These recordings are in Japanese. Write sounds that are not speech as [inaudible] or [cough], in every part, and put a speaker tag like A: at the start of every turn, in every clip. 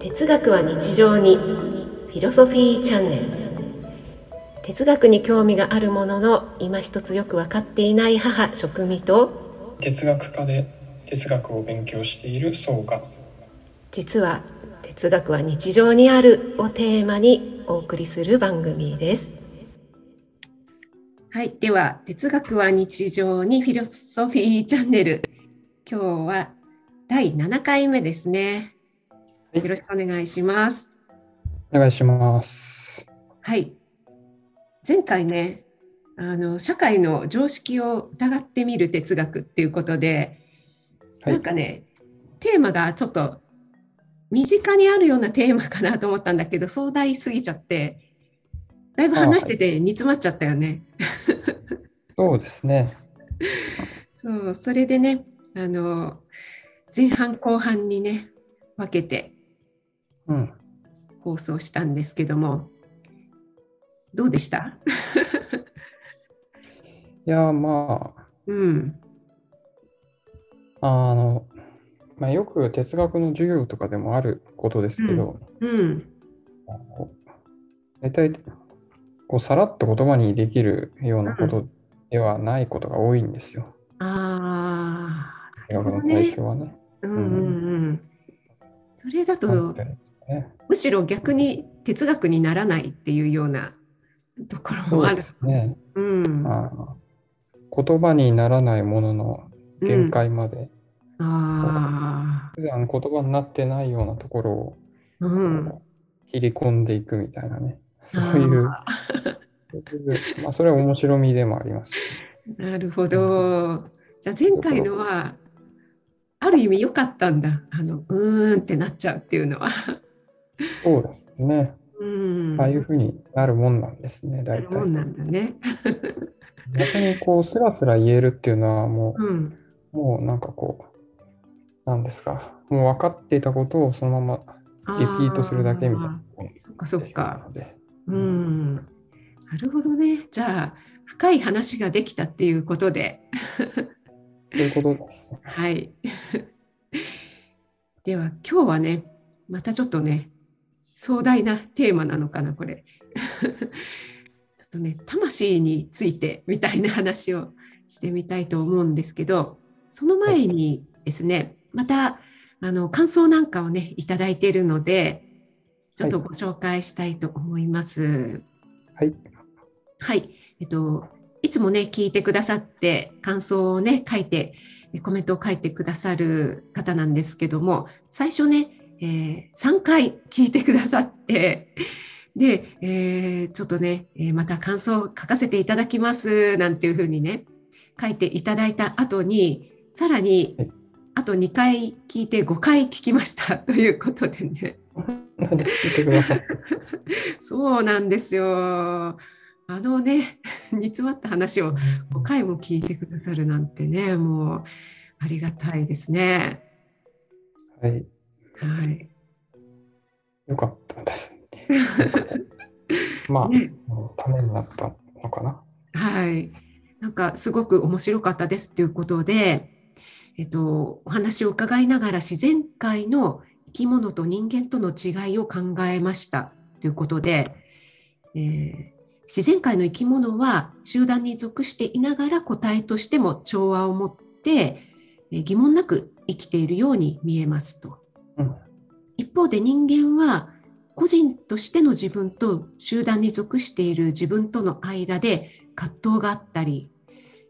A: 哲学は日常にフィロソフィーチャンネル哲学に興味があるものの今一つよく分かっていない母食味と
B: 哲学科で哲学を勉強している宗が
A: 実は哲学は日常にあるをテーマにお送りする番組ですはいでは哲学は日常にフィロソフィーチャンネル今日は第7回目ですねよろしくお願いします
B: お願いします
A: はい前回ねあの社会の常識を疑ってみる哲学っていうことで、
B: はい
A: なんかねテーマがちょっと身近にあるようなテーマかなと思ったんだけど壮大すぎちゃってだいぶ話してて煮詰まっちゃったよね。
B: そうですね
A: そうそれでねあの前半後半にね分けて
B: うん
A: 放送したんですけどもどうでした、 [laughs]
B: いやま
A: うん、
B: ああの、まあ、よく哲学の授業とかでもあることですけど、
A: うん、
B: こう大体こうさらっと言葉にできるようなことではないことが多いんですよ、
A: ああ
B: 哲学の対象はね。
A: うんうんうん、それだ
B: なん
A: と
B: ていうんですかね
A: むしろ逆に哲学にならないっていうようなところも
B: そ
A: あ
B: う
A: る
B: で。すね。
A: うん
B: あの言葉にならないものの限界まで、
A: うん、ああ、
B: 普段言葉になってないようなところを、
A: うん、
B: こう切り込んでいくみたいなねそう
A: [laughs]
B: いう
A: あ
B: そういうまあ、それは面白みでもありますし
A: ーなるほど。じゃあ前回のはある意味良かったんだ。あのうーんってなっちゃうっていうのは。
B: そうですね
A: うん。
B: ああいうふうになるもんなんですね
A: な
B: 大
A: るもん
B: 体
A: なんだね。
B: 逆にこうスラスラ言えるっていうのはも
A: うん。
B: うもうなんかこうなんですかもう分かっていたことをそのままリピートするだけみたいな
A: あー。そっかそっか。
B: ので
A: うん、なるほどね。じゃあ深い話ができたっていうことで、
B: ということです
A: はい。 [laughs] では今日はね、またちょっとね、壮大なテーマなのかなこれ。 [laughs] ちょっとね、魂についてみたいな話をしてみたいと思うんですけど、その前にですね、またあの感想なんかをねいただいているので、ちょっとご紹介したいと思います。
B: はい
A: はい、えっと、いつもね、聞いてくださって、感想をね、書いて、えコメントを書いてくださる方なんですけども、最初ね、え3回聞いてくださって、で、えーちょっとね、えーまた感想を書かせていただきます、なんていうふうにね、書いていただいた後に、さらに
B: はい、
A: あと2回聞いて5回聞きましたということでね。
B: 聞いてくだ
A: [laughs]
B: さって
A: そうなんですよ。あのね、煮詰まった話を5回も聞いてくださるなんてね、もうありがたいですね。
B: はい
A: はい。
B: よかった
A: [laughs]
B: です。まあ、
A: ね、
B: ためになったのかな。
A: はい。なんかすごく面白かったですということで、えっと、お話を伺いながら自然界の生き物と人間との違いを考えましたということで、えー自然界の生き物は集団に属していながら個体としても調和を持って、えー疑問なく生きているように見えますと。
B: うん
A: 一方で人間は個人としての自分と集団に属している自分との間で葛藤があったり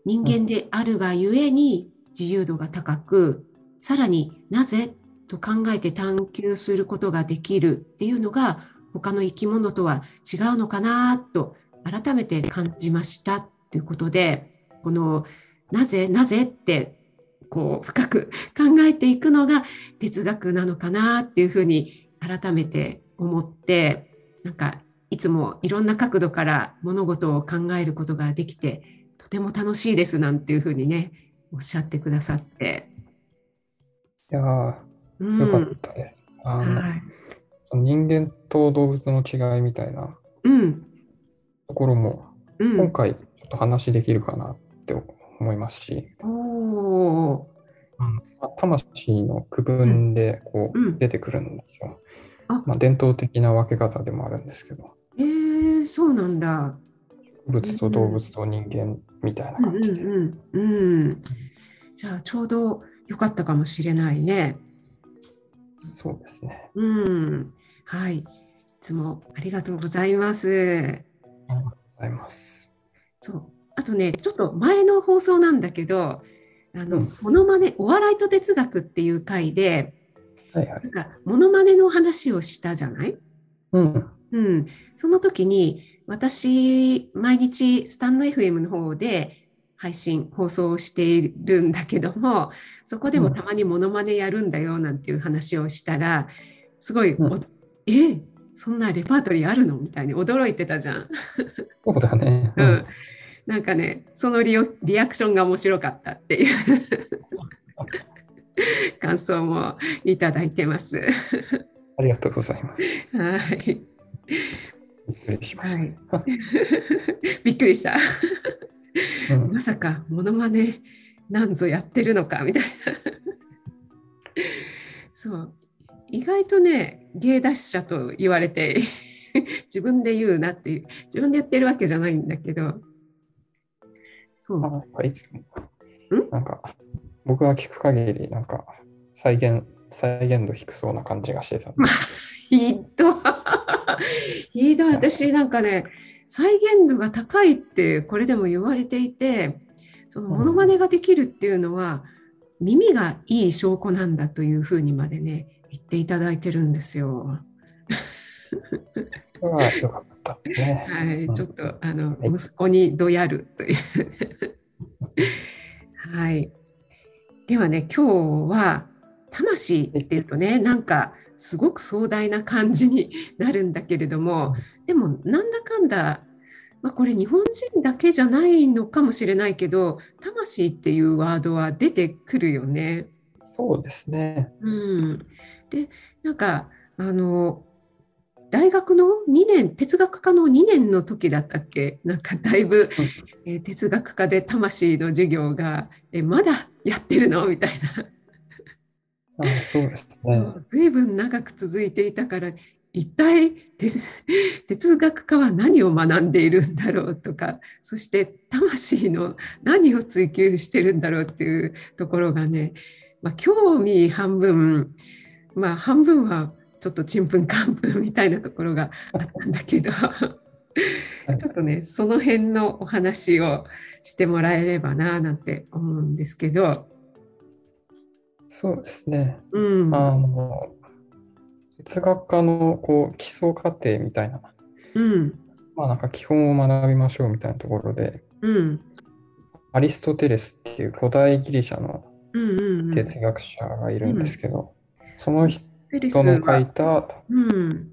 A: 人間であるがゆえに自由度が高くさらになぜと考えて探求することができるっていうのが他の生き物とは違うのかなと改めて感じましたということでこのなぜなぜってこう深く考えていくのが哲学なのかなっていうふうに改めて思ってなんかいつもいろんな角度から物事を考えることができてとても楽しいですなんていうふうにねおっしゃってくださって。
B: いやー、
A: うん
B: よかったです。あの
A: はい
B: その人間と動物の違いみたいな
A: うん
B: ところも、
A: う
B: 今
A: ん、
B: 回ちょっと話できるかなって思いますし、
A: おー
B: まあ魂の区分でこ
A: う
B: うん出てくるんですよ。
A: あ
B: まあ、伝統的な分け方でもあるんですけど、
A: えー、そうなんだ。
B: 植物と動物と人間みたいな
A: うん
B: 感
A: う
B: じで。
A: んうん。うん、じゃあちょうど良かったかもしれないね。
B: そうですね。
A: うん。はい。いつもありがとうございます。
B: ありがとうございます。
A: そう。あとね、ちょっと前の放送なんだけど、あの、
B: うん
A: モノマネ、お笑いと哲学っていう回で、
B: はいはい
A: な。んか、モノマネの話をしたじゃない
B: うん。
A: うん。その時に、私、毎日、スタンド FM の方で配信、放送をしているんだけども、そこでも
B: うん
A: たまにモノマネやるんだよ、なんていう話をしたら、すごい、
B: うん
A: おえそんなレパートリーあるのみたいに驚いてたじゃん。
B: そうだね。
A: うんなんかね、そのリオリアクションが面白かったって [laughs] いう感想もいただいてます。は
B: ありがとうございます。
A: い。
B: びっくりしま
A: は
B: し
A: い、 [laughs] びっくりした。
B: た。うん
A: まさかモノマネなんぞやってるのかみたいな。そう。意外とね、芸達者と言われて自分で言うなっていう、自分でやってるわけじゃないんだけど。そう。
B: なんかいつも、なんか、僕が聞く限り、なんか、再現、再現度低そうな感じがしてたんで。
A: ひどい。 [laughs] ひどい。私なんかね、再現度が高いってこれでも言われていて、その
B: うん
A: モノマネができるっていうのは、耳がいい証拠なんだというふうにまでね、言っていただいてるんですよ。
B: それは良かったですね。
A: はい、ちょっとあの、
B: はい
A: 息子にどやるという。 [laughs] はい。ではね、今日は魂っていうとね、なんかすごく壮大な感じになるんだけれども、でもなんだかんだ、まあ、これ日本人だけじゃないのかもしれないけど、魂っていうワードは出てくるよね。
B: そうですね。
A: うん、でなんかあの大学の2年哲学科の2年の時だったっけなんかだいぶ、えー哲学科で魂の授業が、えまだやってるのみたい
B: あそうです
A: な、
B: ね。
A: 随分長く続いていたから一体哲哲学科は何を学んでいるんだろうとかそして魂の何を追求してるんだろうっていうところがね、まあ、興味半分まあ半分はちょっとちんぷんかんぷんみたいなところがあったんだけどちょっとねその辺のお話をしてもらえればななんて思うんですけど。
B: そうですね。
A: うん、
B: あの、哲学科のこう基礎課程みたいな、
A: うん、
B: まあなんか基本を学びましょうみたいなところで、
A: うん、
B: アリストテレスっていう古代ギリシャの
A: うん、うん、うん。
B: 哲学者がいるんですけど、その人
A: ペリス
B: の書い
A: は、
B: た
A: うん、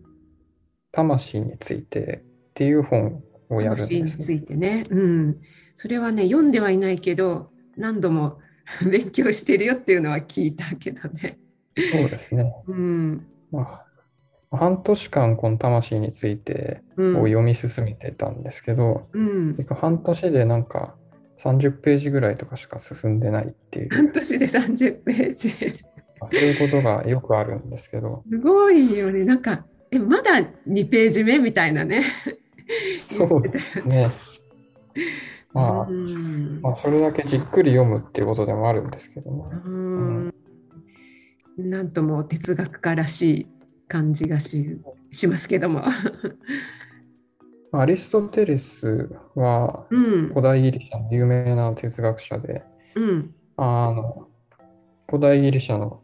B: 魂についてっていう本をやるん
A: 魂
B: で
A: に
B: す
A: つ
B: ね。
A: いてね、うん、それはね読んではいないけど何度も [laughs] 勉強してるよっていうのは聞いたけどね。
B: そうですね。
A: うん、
B: まあ、半年間この魂について
A: う
B: を
A: ん、
B: 読み進めてたんですけど、
A: うん、
B: 結構半年でなんか30ページぐらいとかしか進んでないっていう、
A: 半年で30ページす
B: まあそういうことがよくあるんです
A: [laughs]
B: けど、
A: ごいよねなんかえまだ2ページ目みたいなね。
B: そうですね。まあ
A: う、ん
B: まあ、それだけじっくり読むっていうことでもあるんですけどね。
A: うんなんとも哲学家らしい感じがししますけども。
B: まあアリストテレスは
A: うん
B: 古代ギリシャの有名な哲学者で、
A: うん
B: あの、古代ギリシャの、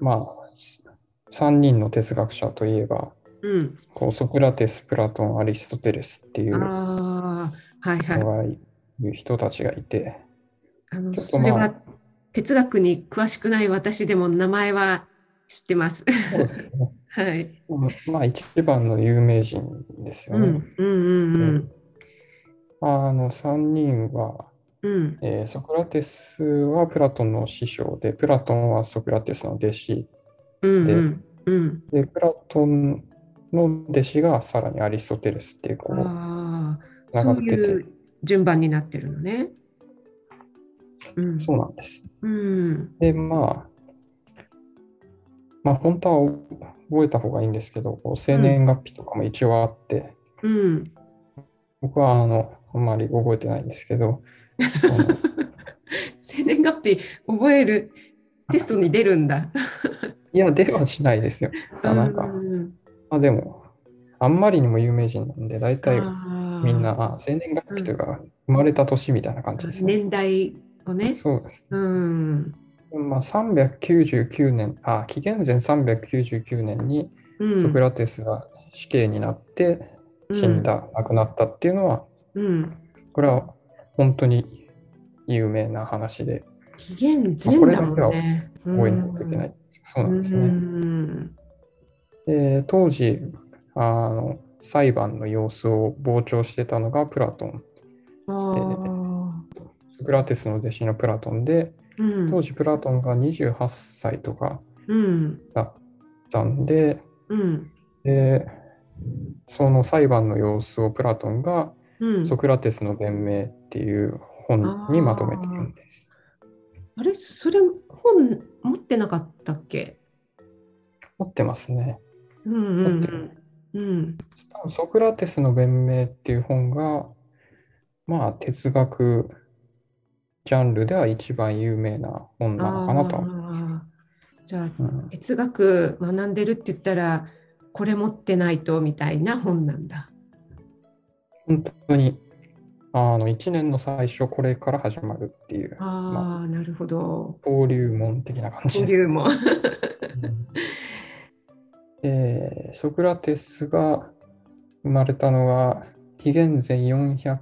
B: まあ、3人の哲学者といえば、
A: うん、
B: こうソクラテス、プラトン、アリストテレスっていうの
A: ああはいはい。
B: がいる人たちがいて、 [laughs]
A: あの
B: ちょっ
A: そ
B: と
A: れ
B: ま
A: は
B: あ、
A: 哲学に詳しくない私でも名前は知ってます。 [laughs]
B: そうですね
A: はい。
B: うんまあ、一番の有名人です
A: う
B: よね。
A: んうんうん
B: あの3人は、
A: うんうん
B: えーソクラテスはプラトンの師匠で、プラトンはソクラテスの弟子
A: うんうんうん。
B: で、プラトンの弟子がさらにアリストテレスっていう、こう、
A: ああ、
B: 繋
A: そ
B: がっ
A: う
B: てて
A: いう順番になってるのね。うん
B: そうなんです。
A: うん
B: で、まあ、まあ本当は覚えた方がいいんですけど、こう生年月日とかも一応あって、
A: うん。
B: 僕はあの、あんまり覚えてないんですけど、そ
A: [laughs]
B: の
A: 生年月日覚えるテストに出るんだ。
B: いや、ではしないですよ。あなんか
A: う、ん
B: まあでも、あんまりにも有名人なんで、大体みん。
A: あ
B: な、あ生年月日というか、生まれた年みたいな感じで
A: ー
B: すね。
A: 年代をね。
B: そうです。
A: うん。
B: まあ、399年、あ、紀元前399年に
A: うん
B: ソクラテスが死刑になって死んだ、亡くなったっていうのは、
A: うん。うん
B: これは本当に有名な話で、
A: 紀元前だもんね。。
B: 覚えなきゃいけないい。そうなんです
A: う
B: ね。
A: ん
B: で当時あの、裁判の様子を傍聴してたのがプラトン。
A: あー
B: ソクラテスの弟子のプラトンで、
A: うん
B: 当時プラトンが28歳とか
A: うん。
B: だったんで、
A: うん。
B: でその裁判の様子をプラトンが
A: うん。
B: ソクラテスの弁明っていう本にまとめているんです。
A: あれそれ本持ってなかったっけ
B: 持ってますね。
A: うん
B: 持って
A: う
B: る
A: んうん。
B: 多分ソクラテスの弁明っていう本が、まあ哲学ジャンルでは一番有名な本なのかなとは思う。
A: あーじゃあ
B: うん
A: 哲学学んでるって言ったらこれ持ってないとみたいな本なんだ。
B: 本当にあの1年の最初これから始まるっていう
A: ああなるほど。
B: 登竜門的な感じ
A: 交
B: です
A: 流。も。
B: [laughs] えーソクラテスが生まれたのが紀元前400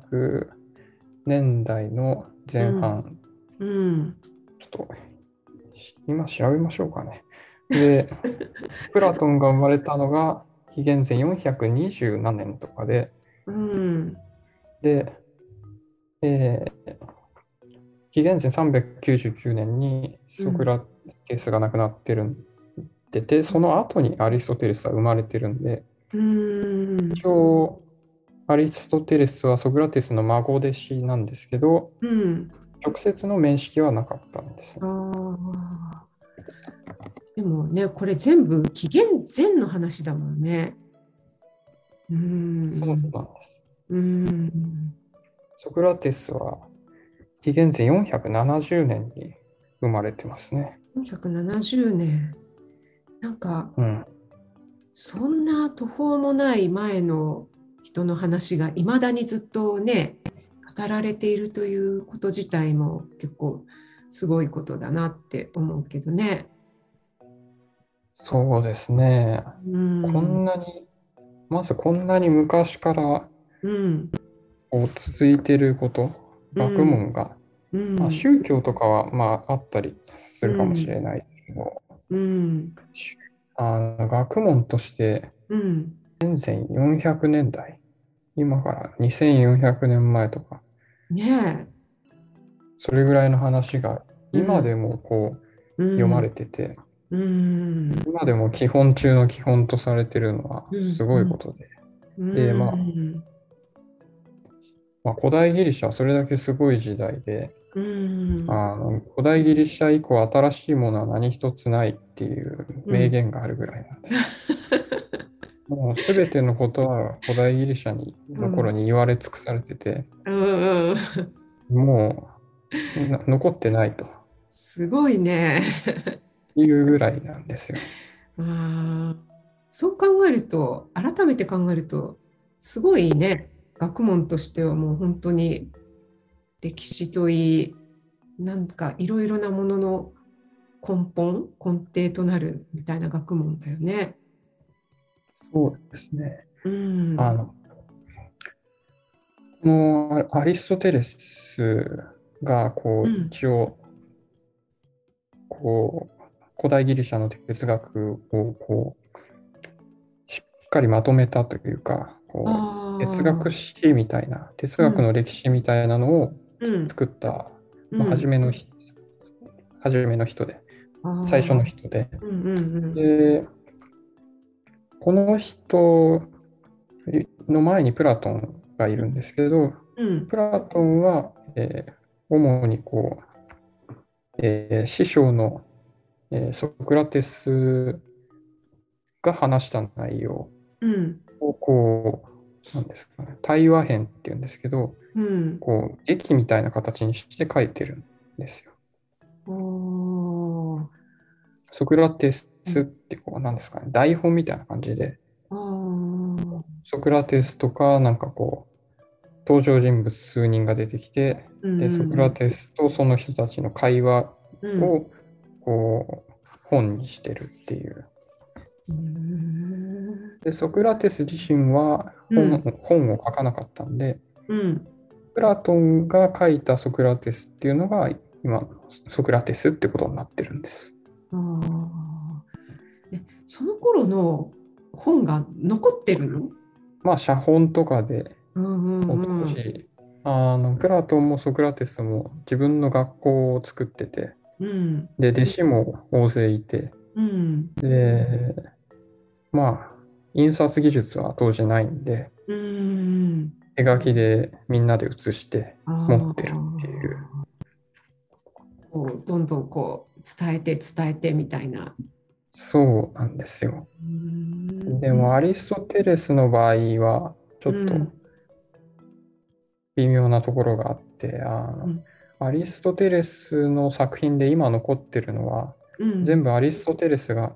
B: 年代の前半、
A: うん。
B: ちょっとし今調べましょうかね。
A: [laughs]
B: で、プラトンが生まれたのが紀元前427年とかで、
A: うん。
B: で、えー紀元前399年にソクラテスが亡くなってるんで、でその後にアリストテレスは生まれてるんで、
A: うん。
B: 一応、アリストテレスはソクラテスの孫弟子なんですけど、
A: うん。
B: 直接の面識はなかったんです。
A: ああ。でもねこれ全部紀元前の話だもんね。うん。
B: そうなんです。
A: うん。
B: ソクラテスは紀元前470年に生まれてますね。
A: 470年。なんか、
B: うん。
A: そんな途方もない前の人の話がいまだにずっとね、語られているということ自体も結構すごいことだなって思うけどね。
B: そうですね。
A: うん。
B: こんなに、まずこんなに昔から
A: うん。
B: こう続いてること、
A: うん
B: 学問が、
A: うん。
B: まあ、宗教とかはまああったりするかもしれないけど、
A: うん。
B: あの学問として
A: うん。
B: 前400年代今から2400年前とか
A: ね
B: それぐらいの話が
A: うん
B: 今でもこう
A: え。うん
B: 読まれ。てて、
A: うん。
B: 今でも基本中の基本とされてるのは
A: うん
B: すごいことで、
A: うん
B: まあまあ、古代ギリシャはそれだけすごい時代で
A: うん。
B: あの古代ギリシャ以降新しいものは何一つないっていう名言があるぐら
A: [laughs]
B: いなんです。もう全てのことは古代ギリシャにの頃に言われ尽くされてて、
A: うん。
B: もうな残ってないと
A: すごいね。
B: いうぐらいなんですよ。
A: あーそう考えると改めて考えるとすごいね学問としてはもう本当に歴史といいなんかいろいろなものの根本根底となるみたいな学問だよね。
B: そうですね。
A: うん、
B: あの、このアリストテレスがこ
A: う
B: う、
A: ん
B: 一応こう古代ギリシャの哲学をこうしっかりまとめたというかこ
A: あ
B: う
A: ー
B: 哲学史みたいな哲学の歴史みたいなのを
A: うん
B: 作った、
A: うん
B: まあ、初めの人、初めの人で
A: あー
B: 最初の人で。
A: うんうんうん
B: で、この人の前にプラトンがいるんですけど、
A: うん
B: プラトンは、えー主にこう、えー師匠の、えーソクラテスが話した内容
A: うん
B: をこう、なんですかね、対話編っていうんですけど、
A: うん
B: こう劇みたいな形にして書いてるんですよ。
A: おー
B: ソクラテスってこう、なんですかね、台本みたいな感じで、
A: おー
B: ソクラテスとか、なんかこう、登場人物数人が出てきて、
A: うん
B: で、ソクラテスとその人たちの会話
A: うん
B: を、こう、本にしてるっていう。
A: うん
B: で、ソクラテス自身は
A: う
B: 本,、
A: ん
B: 本を書かなかったんで、
A: うん
B: プラトンが書いたソクラテスっていうのが、今、ソクラテスってことになってるんです。
A: あーえその頃の本が残ってるの
B: まあ、写本とかで、
A: うんうんう
B: 当
A: ん
B: 時、あのプラトンもソクラテスも自分の学校を作ってて、
A: うん
B: で、弟子も大勢いて、
A: うん
B: で、まあ、印刷技術は当時ないんで、
A: うん
B: 手書きでみんなで写して、
A: 持
B: 持ってるっていう。
A: こうどんどんこう伝えて伝えてみたいな。
B: そうなんですよ。で
A: で
B: も、アリストテレスの場合は、ちょっと微妙なところがあって、あの
A: うん
B: アリストテレスの作品で今残ってるのは、全
A: 部。
B: 部アリストテレスが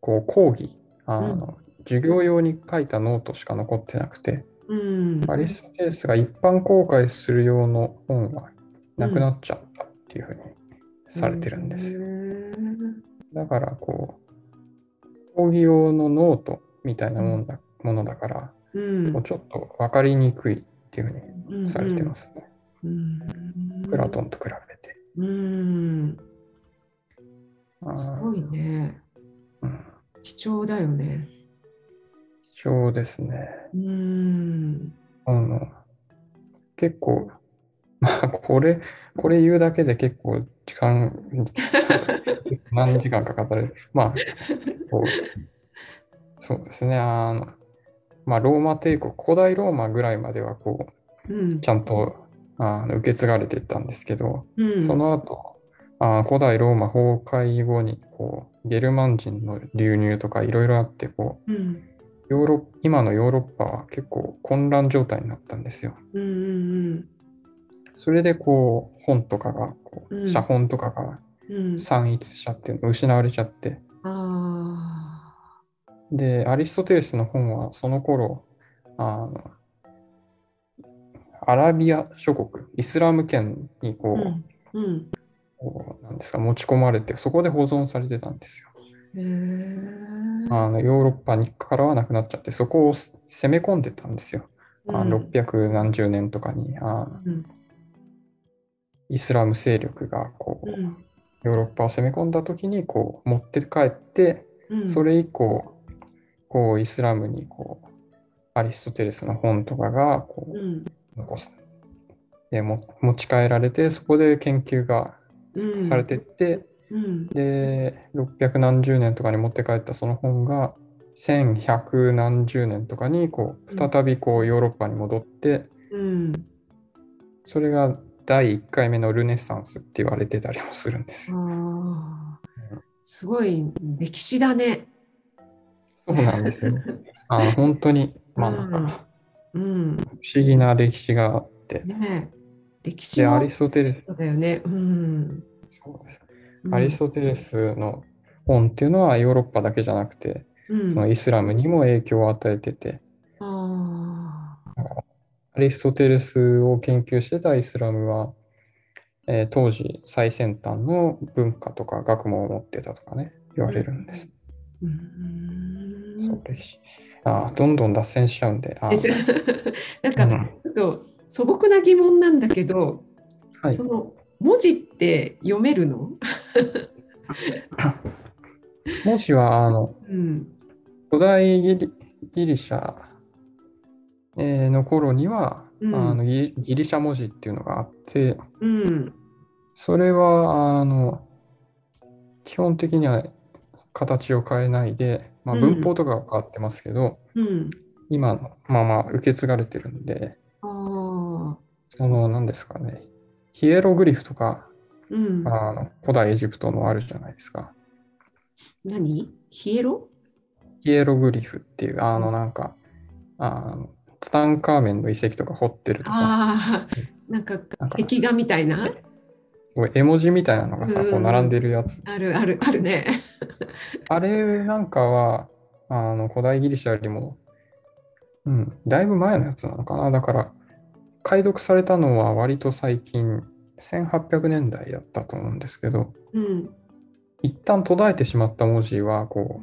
B: こう講義あの、授業用に書いたノートしか残ってなくて、アリストテレスが一般公開する用の本はなくなっちゃったっていうふうにされてるんですよ。だからこう講義用のノートみたいなもんだものだから、もうちょっと分かりにくいっていうふうにされてますすね。プ
A: プ
B: ラトンと比べて。
A: ン。
B: あー
A: すごいね。
B: うん
A: 貴重だよね。
B: 貴重ですね。
A: うん。
B: あの、結構、まあ、これ、これ言うだけで結構時間、何時間かかかる。まあ、こう、そうですね、あの、まあ、ローマ帝国、古代ローマぐらいまでは、こ
A: うん
B: う、ちゃんとあの受け継がれていったんですけど、
A: うん
B: その後、あ古代ローマ崩壊後に、こう、ゲルマン人の流入とかいろいろあって、こう、
A: うん
B: ヨーロッ今のヨーロッパは結構混乱状態になったんですよ。
A: うんうん
B: それでこう本とかがこ
A: うん
B: う写本とかが
A: うん。
B: 散逸しちゃって失われちゃって
A: ああ。
B: でアリストテレスの本はその頃あのアラビア諸国イスラム圏にこ
A: う
B: う,、
A: んうん。
B: こうなんですか持ち込まれてそこで保存されてたんですよ
A: へえ。
B: あのヨーロッパにからはなくなっちゃってそこを攻め込んでたんですよ、あの600何十年とかにあの
A: うん
B: イスラム勢力がこう、
A: うん
B: ヨーロッパを攻め込んだ時にこう持って帰って
A: うん
B: それ以降、こうイスラムにこうアリストテレスの本とかがこ
A: う
B: うん残す、でも持ち帰られて、そこで研究が
A: うん
B: されてって、
A: うん
B: で、600何十年とかに持って帰ったその本が、1100何十年とかにこ
A: うん
B: う再びこうヨーロッパに戻って、
A: うん
B: それが第1回目のルネサンスって言われてたりもするんですよ。
A: あーすごい歴史だね。
B: そうなんで
A: [laughs]
B: すよ。あの本当に、まあなんか
A: うん。
B: 不思議な歴史があって、
A: ねえ歴史
B: で、
A: も
B: アリストテレス、
A: そうだよね。うん。
B: そうですアリストテレスの本っていうのはヨーロッパだけじゃなくて、
A: うん
B: そのイスラムにも影響を与えてて、
A: あ
B: アリストテレスを研究してたイスラムは、えー当時最先端の文化とか学問を持ってたとかね、言われるんです。
A: ーうん
B: そう歴史あーどんどん脱線しちゃうんで、あー
A: です [laughs] なんか
B: う
A: ち
B: ん
A: ょっと素朴な疑問なんだけど、
B: はい
A: その文字って読めるの？
B: 文字はあの
A: うん。
B: 古代ギリギリシャえーの頃には、
A: うん
B: あのギリギリシャ文字っていうのがあって、
A: うん。
B: それは、あの、基本的には形を変えないで、まあ、
A: うん
B: 文法とかは変わってますけど、
A: うん。
B: 今のまま受け継がれてるんで、
A: ああ。
B: その、何ですかね、ヒエログリフとか、
A: うん。
B: あの古代エジプトのあるじゃないですか。
A: 何？ヒエロ？
B: ヒエログリフっていう、あの、なんか、あのツタンカーメンの遺跡とか掘ってるとさ、
A: ああ、なんか
B: なんか
A: 壁画みたいな。
B: すごい絵文字みたいなのがさ、
A: うん
B: こう並んでるやつ。
A: あるあるあるね。
B: あれなんかは、あの古代ギリシャよりも、うん、だいぶ前のやつなのかな。だから、解読されたのは割と最近、1800年代だったと思うんですけど、
A: うん。
B: 一旦途絶えてしまった文字は、
A: う
B: こ
A: ん
B: う、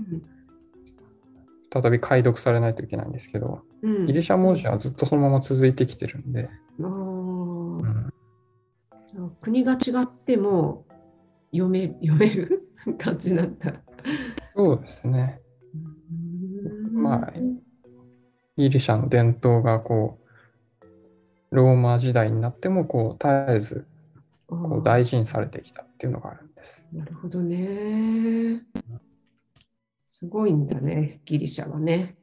B: 再び解読されないといけないんですけど、
A: うん
B: ギリシャ文字はずっとそのまま続いてきてるんで、
A: あー
B: うん、
A: そう国が違っても読め読める [laughs] 感じなんだ。
B: そうですね。まあ
A: うん
B: ギリシャの伝統がこうローマ時代になってもこう絶えずこう大事にされてきたっていうのがあるんです。
A: なるほどね。すごいんだね、ギリシャはね。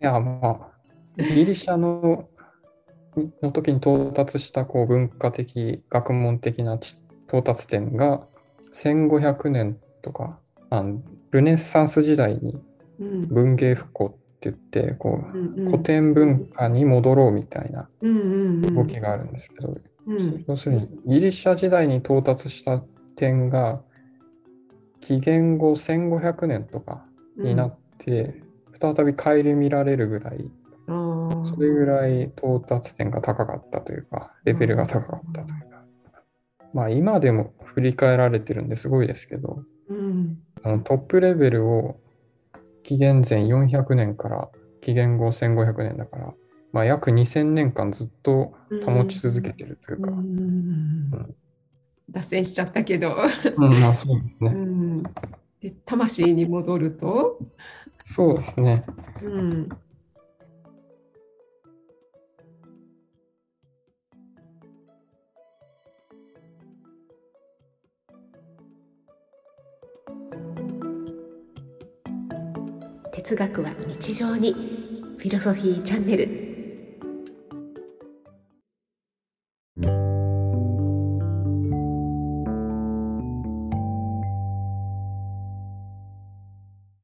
B: いやまあギリシャのの時に到達したこう文化的学問的なち到達点が1500年とかあのルネッサンス時代に
A: うん
B: 文芸復興って言ってこ
A: う
B: うん
A: うん
B: 古典文化に戻ろうみたいな
A: うんうんうん
B: 動きがあるんですけど
A: うん
B: 要するにギリシャ時代に到達した点が紀元後1500年とかになって、再び顧みられるぐらい
A: うんあー
B: それぐらい到達点が高かったというかレベルが高かったというか、まあ今でも振り返られてるんですごいですけど
A: うん
B: あのトップレベルを紀元前400年から紀元後1500年だから、まあ、約2000年間ずっと保ち続けてるというか、
A: うん
B: うん
A: 脱線しちゃったけど、
B: うんまあそうです
A: う
B: ね。
A: ん、で魂に戻ると、
B: そうですね。
A: うん、
C: 哲学は日常にフィロソフィーチャンネル